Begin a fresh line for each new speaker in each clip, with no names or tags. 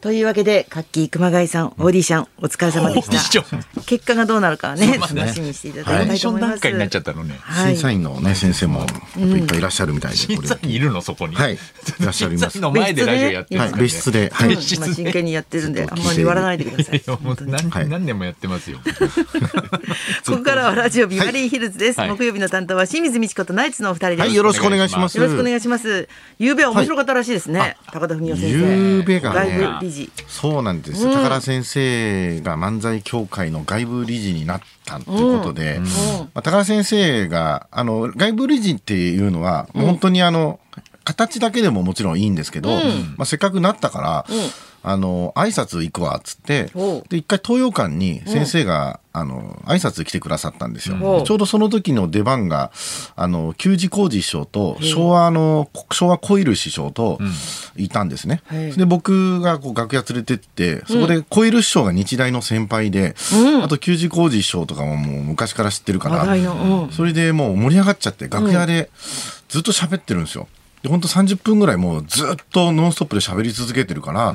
というわけで、カッキー熊谷さん、オーディション、お疲れ様で
オーディシ
し
ョン
た。結果がどうなるかはね、
そうですね
楽しみにしていただきたいと思います。
オーディション段階になっちゃったのね
はい
審。査員のね、先生もやっぱいっぱいいらっしゃるみたいで、
審査員いるのそこに。
はいいらっしゃ
審
いま
査
す
員の前でラジオやってるん
はい、別室で、はい
今、真剣にやってるんで、あんまり笑わないでください。
いやもう何,、
はい
何年もやってますよ。
ここからはラジオビバリーヒルズです。
はい
木曜日の担当は清水美智子とナイツのお二人です。
はい、よろしくお願いします。
よろしくお願いします。ゆうべは面白かったらしいですね。高田文夫先生。
ゆうべが
外部
ね、
理事。
そうなんですよ。高田先生が漫才協会の外部理事になったということで、まあ、高田先生が、あの、外部理事っていうのは、もう本当にあの、形だけでももちろんいいんですけど、まあ、せっかくなったから、あの、挨拶行くわ、っつって
おう、
で、一回東洋館に先生が、あの、挨拶来てくださったんですよ。
おう
でちょうどその時の出番が、あの、給仕浩二師匠と、昭和の、昭和コイル師匠と、いたんですね。
へえ
で僕がこう楽屋連れてってそこで小ル師匠が日大の先輩で、あと給仕浩二師匠とかももう昔から知ってるか
話
ら
題の。
それでもう盛り上がっちゃって楽屋でずっと喋ってるんですよ。で本当30分ぐらいもうずっとノンストップで喋り続けてるから、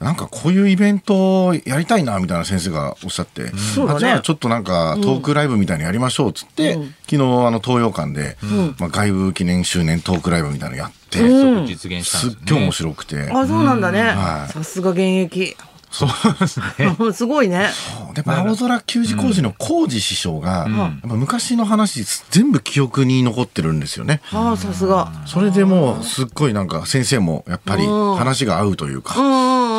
なんかこういうイベントをやりたいなみたいな先生がおっしゃって、
うだね
あじゃあちょっとなんかトークライブみたいにやりましょうっつって、昨日あの東洋館で、まあ、外部記念周年トークライブみたいなのやって、
実現した
す
ん
っ
です、ね。
げえ面白くて。
うん。あ、そうなんだね
は。い
さすが現役。
そうですね。
すごいね。
でも青空球児工事の工事師匠が、やっぱ昔の話全部記憶に残ってるんですよね。
ああ、さすが。
それでもうすっごいなんか先生もやっぱり
うん
話が合うというか、そ
ん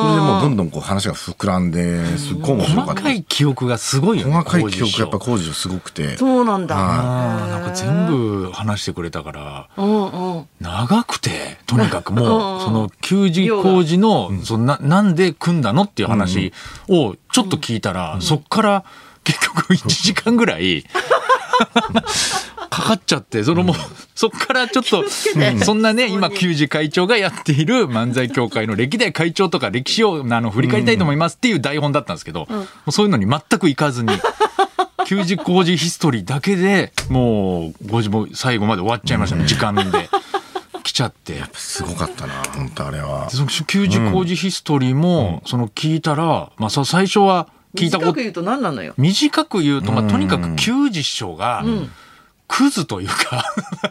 れでもうどんどんこう話が膨らんですっごい面白か
細
った
か。い記憶がすごいよね。
細かい
工
記憶
事
が
師
や
匠
っぱ工事師匠すごくて。
そうなんだ。
あーなんか全部話してくれたから。
うんうん。
長くて、とにかくもう、その、給仕
量が
工事の、そんな、なんで組んだのっていう話をちょっと聞いたら、そっから結 局1時間ぐらい、 かかっちゃって、そのもう、そっからちょっと、そんなね、今、給仕会長がやっている漫才協会の歴代会長とか歴史を、あの、振り返りたいと思いますっていう台本だったんですけど、もうそういうのに全く行か ずに、給仕工事ヒストリーだけでもう5時も最後まで終わっちゃいましたね、時間で。来ちゃって。です
ごかったな、本当あれは。
その給仕工事ヒストリーも、その聞いたら、まあさ最初は聞いた
短
こ
く
と、
言うと何なのよ。
短く言うと、まあとにかく給仕師匠が、クズというか、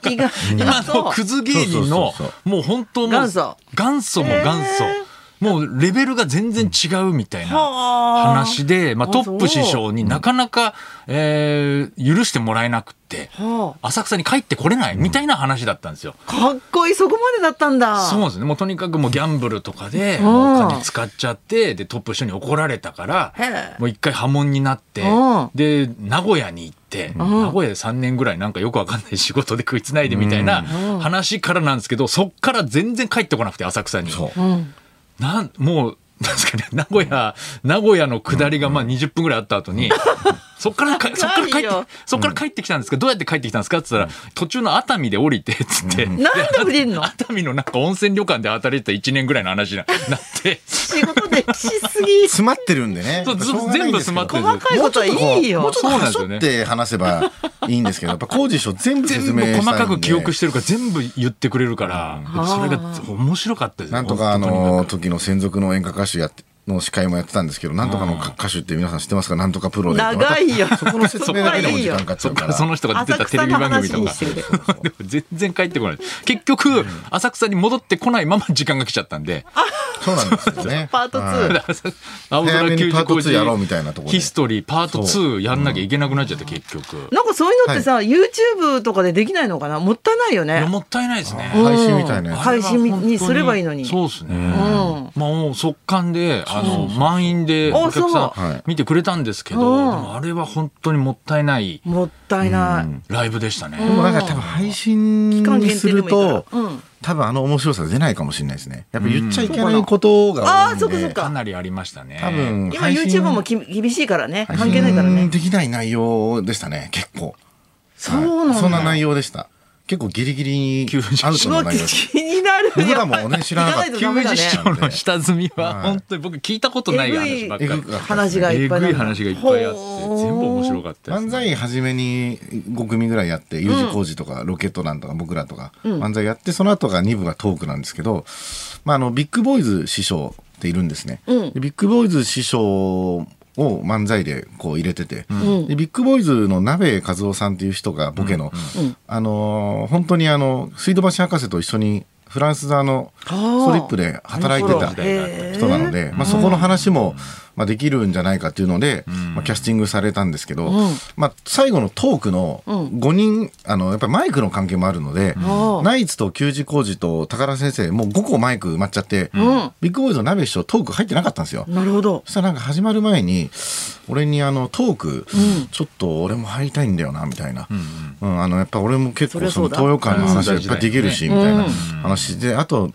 意外
今の
と
クズ芸人の
そうそうそう、
もう本当もう
元祖
元祖も元祖
へ。
もうレベルが全然違うみたいな
はあ
話で、まあ
あ
トップ師匠になかなか、えー許してもらえなくって、
は
浅草に帰ってこれないみたいな話だったんですよ。
あかっこいい、そこまでだったんだ。
そうですね。もうとにかくもうギャンブルとかで、
ん
もうお金使っちゃって、で、トップ人に怒られたから
へえ、
もう一回破門になって
うん、
で、名古屋に行って、名古屋で3年ぐらいなんかよくわかんない仕事で食いつないでみたいな話からなんですけど、そっから全然帰ってこなくて、浅草に。
そう
うん。
なん、もう、なんですかね、名古屋、名古屋の下りがまあ20分ぐらいあった 後に、そっからか、そっから帰
ない
って
よ、
そっから帰ってきたんですけど、どうやって帰ってきたんですかって言ったら、途中の熱海で降りて、つって、
なんで降り るの
熱海のなんか温泉旅館で働いてた1年ぐらいの話にななって、
仕事でしすぎ。
詰まってるんでね。
そうず
やっぱしょうがないんですけど
全部詰まってる
細かいことはいい
も
よ
う。ちょっと
そうなん
端折
で
っ
すよ
て話せばいいんですけど、やっぱ工事師匠全部説
全
明
部
したいんで。
細かく記憶してるから全部言ってくれるから、それが面白かったです
なんとかあ
本
の時の専属の演歌歌手やっての司会もやってたんですけど、なんとかの歌手って皆さん知ってますかなんとかプロで。
長いよ。
またそこの説明だけでも時間かかっ
当
ちゃ
にそっ
うか
から
ら。
その人が出てたテレビ番組とか
浅草の話にして。
でも全然帰ってこない。結局、浅草に戻ってこないまま時間が来ちゃったんで、
そうなんですよね。
パート
はい
2。
青空球児
パート
工
2
事
やろうみたいなところで
ヒストリーパート2やんなきゃいけなくなっちゃって結局。
なんかそういうのってさ、YouTube とかでできないのかなもったいないよ
いや、
ね。
もったいないですね。
配信みたいなやつ。
配信にすればいいのに
そうですね。
ん
まあもう速乾で、あの、満員でお客
あ
さ
そうん
見てくれたんですけど、
うん
でもあれは本当にもったいない
もったいない。
ライブでしたね。
でもなんか多分配信にする
期間限定でもいい
と
からうん、
多分あの面白さ出ないかもしれないですね。やっぱ言っちゃいけないことが多いんで。
うんあーそっかそっ
かなりありましたね。
多分
今 YouTube もき厳しいからね。関係ないから
うん
ね。
できない内容でしたね、結構。
そう
はいそ
なん
な
の。
内容でした。結構ギリギリに
90
アウト
も
の
う
内 容でした。
気になるよ。
僕らもね知らなかった
行か
救
ないとダメだ
命
ね
師匠の下積みは
はい
本当に僕聞いたことない話ばっか
え
り
ぐ。かったです
話がい
え
っぱい
ぐ
ないる
話がいっぱいあって、全部面白かったですね
漫才初めに5組ぐらいやって U 字工事とかロケットランとか僕らとか漫才やってその後が2部がトークなんですけど、まあ、あのビッグボーイズ師匠っているんですね。
うん
でビッグボーイズ師匠を漫才でこう入れてて、でビッグボーイズの鍋和夫さんっていう人がボケの、あのー本当にあの水道橋博士と一緒にフランス座のストリップで働いてた
あーへ
人なので、まあ、そこの話も、まあ、できるんじゃないかっていうので、まあ、キャスティングされたんですけど、まあ、最後のトークの5人あのやっぱりマイクの関係もあるので、
ん
ナイツと給仕工事と高田先生もう5個マイク埋まっちゃって、
ん
ビッグボーイズの鍋師匠トーク入ってなかったんですよ。
なるほど
そしたらなんか始まる前に俺にあのトーク、ちょっと俺も入りたいんだよなみたいな、うんあのやっぱ俺も結
そり
構
ゃ
そ
そ
の
うだ
東洋館の話
う
は
ん
やっぱできるし、
う
みたいな話であと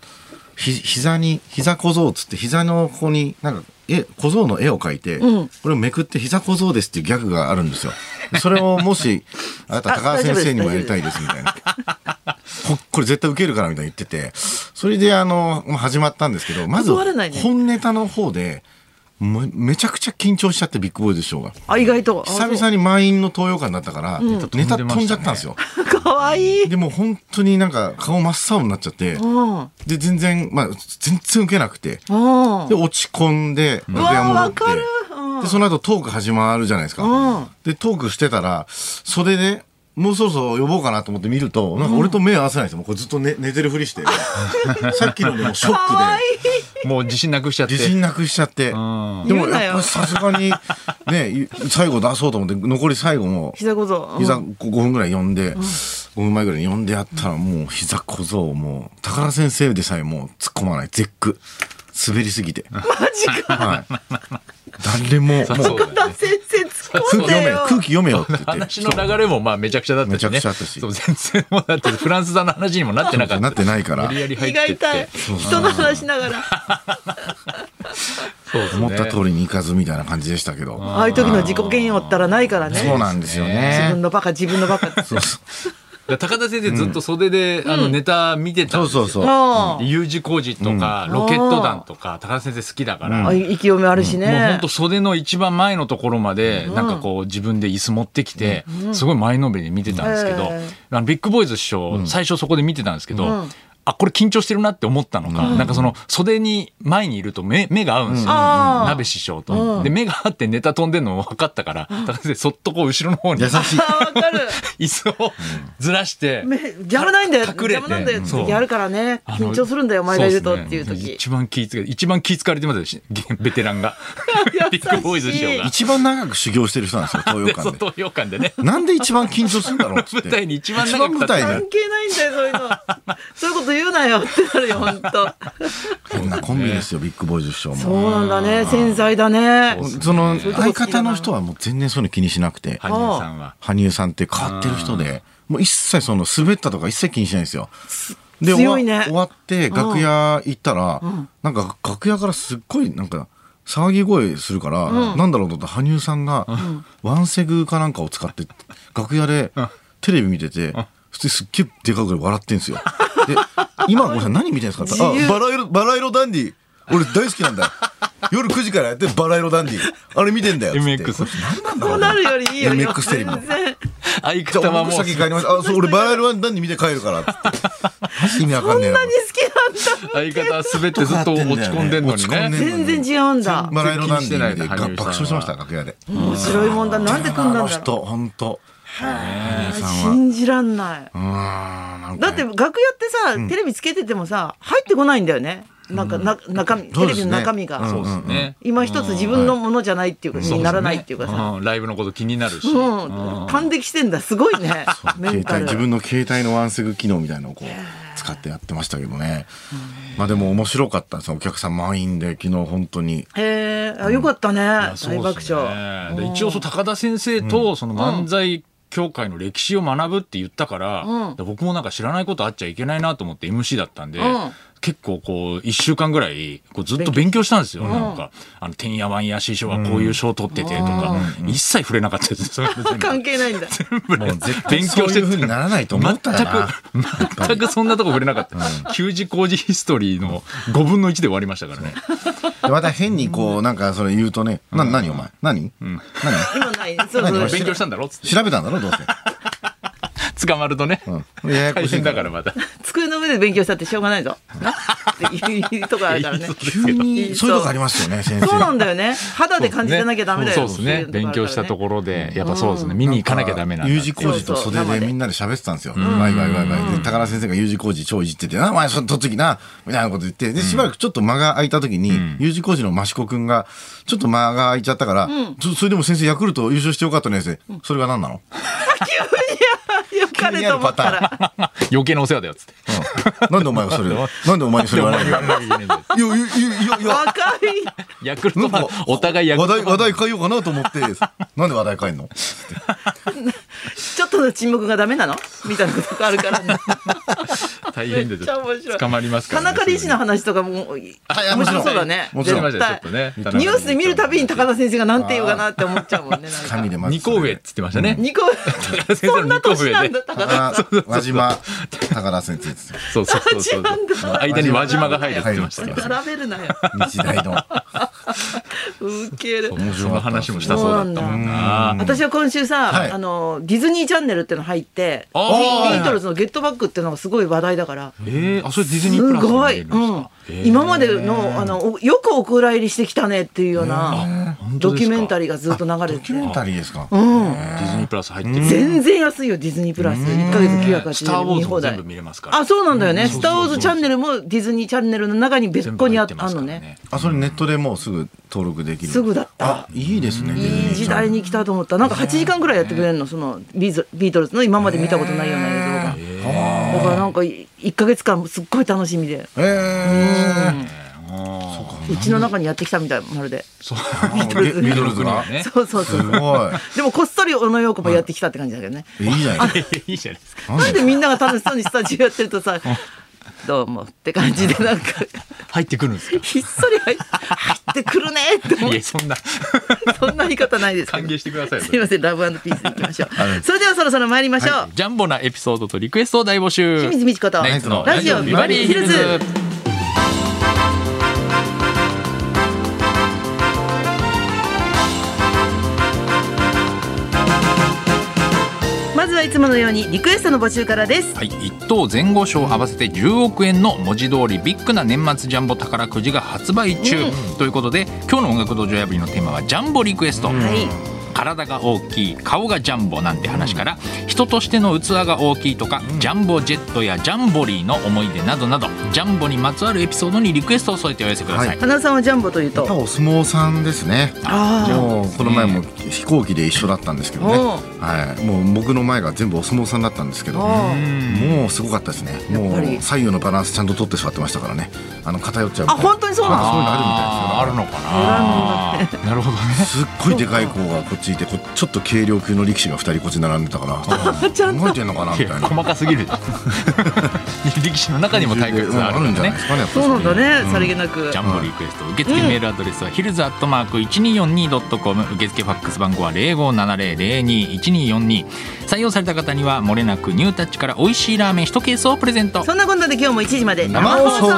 ひ膝に膝小僧っつって膝のここになんか絵小僧の絵を描いて、
うん
これをめくって膝小僧ですっていうギャグがあるんですよ。それをもしあなた高
あ
田
大丈夫で
先
す
生にもやりたいですみたいな。ここれ絶対受けるからみたいに言っててそれであのまあ始まったんですけどまず
断れないね
本ネタの方でめめちゃくちゃ緊張しちゃってビッグボーイズショーが
あ意外とあ
久々に満員の東洋館だったから、ネタ飛んじゃったんですよ、
そうかわいい
でも本当になんか顔真っ青になっちゃって
うんうん
で全然まあ全然受けなくて
わ
で落ち込んで楽屋戻っ
わ
て
かるうん
でその後トーク始まるじゃないですか、
うん
でトークしてたら袖でもうそろそろ呼ぼうかなと思って見るとなんか俺と目合わせないんですよもうこれずっと寝寝てるふりして さっきのでもうショック
かわい
で。
い
もう自信なくしちゃって。
自信なくしちゃって。で
ん
も
言うなよ
やっぱさすがに、ね、最後出そうと思って、残り最後も、
膝小僧うん
膝5分ぐらい呼んで、5分前ぐらいに呼んでやったら、もう膝小僧、もう、高田先生でさえもう突っ込まない、絶句。滑りすぎて。
マジか
はい。誰も、もう、
そうだ
空
よね
だ先生突っ
気
込ん
読
で
め
よ
よ、空気読めよって言って。
話の流れもまあめちゃくちゃだったしね。
めちゃくちゃだったし
そう全然もうだってフランス座の話にもなってなかった。
なってないから
無理やり入
胃
って
が
って。
痛い人の話しながら
そうですね
思った通りにいかずみたいな感じでしたけど。
ああいう時の自己嫌悪ったらないからね
そうなんですよ
自分
ね。
のバカ自分のバカって
そうそう
だから高田先生ずっと袖で、あのネタ見てたん
そう
ですよ。
そうそう。
あー
U 字工事とか、ロケット団とか高田先生好きだから、
あ
もう
意気読みあるし
本
ね
当袖の一番前のところまで、なんかこう自分で椅子持ってきて、すごい前のめりに見てたんですけど、
え
あのビッグボーイズ師匠、最初そこで見てたんですけど、
ん
あこれ緊張してるなって思ったのか、なんかその袖に前にいると目目が合うんですよ、
あー
鍋師匠と、で目が合ってネタ飛んでるの分かったから高田先生そっとこう後ろの方に
優しい。
あわかる
椅子をずらして、
めやらないんだよ
隠れて
邪魔なんだよって
そう
やるからね
あの
緊張するんだよお前がいると
そ
っ
です
て
ね
いう時
一番気ぃつけ一番気ぃつかれてますよしベテランがビッグボーイズ師匠が
一番長く修行してる人なんですよ、東洋
で
館で
外。洋館でね
なんで一番緊張するんだろうっつって。
舞台に一番長く立
一
って
番舞台
関
で
係ないんだよそういうのそういうこと言うなよってなるよ本当
こんなコンビですよ、ビッグボーイズ師匠
そう
も。
なんだね繊細だね
そう
その
うとこ好きだな
相方の人はもう全然そういうの気にしなくて、
羽生さんは
羽生さんって変わってる人で、もう一切その滑ったとか一切気にしないんですよ。で、終わ
強いね
終わって楽屋行ったら、なんか楽屋からすっごいなんか騒ぎ声するから、なんだろうと思ったら羽生さんがワンセグかなんかを使って楽屋でテレビ見てて、普通にすっげえでかい声で笑ってんですよ。で、今ごめんなさい、何見てんですかってあ
自由
バラ色、バラ色ダンディ。俺大好きなんだ。夜9時からやってるバラ色ダンディ。あれ見てんだよ。つって
MX
そうなるよりいいよ
MX テレビ
全然
相
じゃ
方
あ
は
僕
もう
先帰ります。あ、そう、俺バラエルワンダンに見て帰るからっつって。マジ意味わかんねえな。
何好きなんだ
相方は滑ってずっと落ち込んでんのにね
全然違うんだ
バラエルダンデ
全然気に
ィ
してないな
で爆
羽生さんは
笑しました、楽屋で。
面白いもんだなんで組んだ
あ
ん
の
だろ
人、本当。
う信じらんないう
ーん、なん
だ
か
っ
ね
て楽屋ってさ、テレビつけててもさ入ってこないんだよねなんかな中身、
そ
テ
う
レ
で
ビ
すね
の中身が、
うん
そうですね
今一つ自分のものじゃないっていうか、
そうですね
にならないっていうかさ、
んライブのこと気になるし、
うん、
うん
感激してんだすごい ねメン
携
タ
帯
ル
自分の携帯のワンセグ機能みたいなのをこう使ってやってましたけどね、まあでも面白かったですお客さん満員で昨日本 当に
へえあよかったね、
そう
大
で
爆
すね
笑
で一応そう高田先生とその漫才協会の歴史を学ぶって言ったから、
うん
で僕もなんか知らないことあっちゃいけないなと思って MC だったんで、
うん
結構こう1週間ぐらいこうずっと勉強したんですよ、なんか「あのてんやわんや師匠はこういう賞を取ってて」とか、一切触れなかったですそういう の全部
関係ないんだ
もう絶
勉
対
強
そう
し
い
て
う
た
風にならないと思ったよな
全く全くそんなとこ触れなかった給仕工事ヒストリーの5分の1で終わりましたからね
でまた変にこうなんかそれ言うとね「な何お前何、何
今ないそう
何
そうそ
をし
う
勉強したんだろっつって
調べたんだろどうせ
捕まるとね、」
うん、ややこ
大
しい
変
か
だか
ら
らまた。
机の上で勉強したってしょうがないぞっていうとこあるからね。
急にそういうのがありますよね、先生。
そうなんだよね。肌で感じてなきゃダメだ
そう
よ。
ですね。勉強したと
ろ。
ころで、やっぱそうですね。見に行かなきゃダメなんだってい
U
う。
字工事と袖
そうそう
でみんなで喋ってたんですよ。ワイワイワイワイで。高田先生が U 字工事超いじってて、な、お前そのとっつきな、みたいなこと言って、で、しばらくちょっと間が空いた時に、U 字工事の益子くんが、ちょっと間が空いちゃったから、ちょそれでも先生ヤクルト優勝してよかったね、先生。それが何なの
よかれと思ったら。
余計なお世話だよ、つって。
うんなんでお前がそれ、なんでお前にそれ言わないのいや、
なきゃいけないんだよ
いや、いや、いや、
若い。
ヤクル
な
ト
んか
は、お互いヤク
話
ルト
題、話題変えようかなと思って、なんで話題変えんの
ちょっとの沈黙がダメなのみたいなことがある から。
大変で
めっちゃ面白い
捕まりますか
田
らね。
中理事の話とかも面
あいやもち
白
ろん
そうだね。
も
ちろん
絶対
ちょっとね
ニュースで見るたびに高田先生がなんて言うかなって思っちゃうもんね。なんか
神でまず
二個上って言ってましたね。
二個
田先生
そん
の
な
二個
年
上
なん
で
だ。高田。
あ輪島、高田先生ですよ。
そうそうそうそう
輪島。だ
間に輪島が入るって言ってました
入る
か
並べるなよ。
日大の。
ウケる。
ら。その話もしたそうだったもんな。
私は今週さ、
はい
あのディズニーチャンネルっての入ってビ
あー
ビートルズの「ゲットバック」ってのがすごい話題だから
ええ、あ、それディズ
す
ニープラスに
ご
入
い、
るんです
うん
か。へー
今までのあのおよくお蔵入りしてきたねっていうような
本当
ド
ですか
キュメンタリーがずっと流れ
ド
てて
キュメンタリーですか
うん
ディズニープラス入ってる。
全然安いよディズニープラス1か月980円
スター・ウォー
見
ズも
放
全
題
部見れますから。
あそうなんだよね「スター・ウォーズ」チャンネ
ル
ルもディズニーチャンネルの中に別個にああんのね。
あ、それネットでもうすぐ登録できる。
すぐだった
あ、いいですね。ディズニ
いい
ー
時代に来たと思ったなんか8時間ぐらいやってくれるのそのビーズビートルズの今まで見たことないような映像が。だからなんか1か月間すっごい楽しみで
ええ。
うちの中にやってきたみたいまるで
そう。
ミドルミドルズが。
ね。
そうそうそ
す
う
ご
でもこっそり小野洋子もやってきたって感じだけどね
い。いいじゃないです
いいじゃないですか。
か。
なんでみんなが楽しそうにスタジオやってるとさどうもって感じでなんか
入ってくるんですか。
ひっそり入っ入ってくるねって思う
いや、そんな。
そんな言い方ないですけ
歓
ど
迎してくださいよ。
すいませんラブピースでいきましょうそれではそろそろ参りましょう、
ジャンボなエピソードとリクエストを大募集。
清水美智子と
ナイツの
ラジオビバリーヒルズまずはいつものようにリクエストの募集からです
はい、1等前後賞合わせて10億円の文字通りビッグな年末ジャンボ宝くじが発売中、ということで今日の「音楽道場破り」のテーマは「ジャンボリクエスト」
はい
体が大きい顔がジャンボなんて話から、人としての器が大きいとか、ジャンボジェットやジャンボリーの思い出などなどジャンボにまつわるエピソードにリクエストを添えてお寄せください、
はい
花さんはジャンボという
やっぱ
と
お相撲さんですね。
あ
もうこの前も飛行機で一緒だったんですけどね。
おう
はい。もう僕の前が全部お相撲さんだったんですけど。
あ
もうすごかったですね。も
やっぱり
う左右のバランスちゃんと取って座ってましたからね。あの偏っちゃうみ
あ
たいな。
本当にそうなの
あーあ
そうい
る
うの
のかななるほどね
すっごいでかい子がこっちいて、こちょっと軽量級の力士が二人こっち並んでたから。
ちゃんと
動いてんのかなみ
い
たい
や
な。
細かすぎるでしょ力士の中にも体格差あるからね
かねやっぱり
そうなんだね、さりげなく
ジャンボリクエスト受付メールアドレスはヒルズアットマーク 1242.com 受付ファックス番号は0570021242採用された方にはもれなくニュータッチから美味しいラーメン1ケースをプレゼント
そんなこんなで今日も1時まで
生放送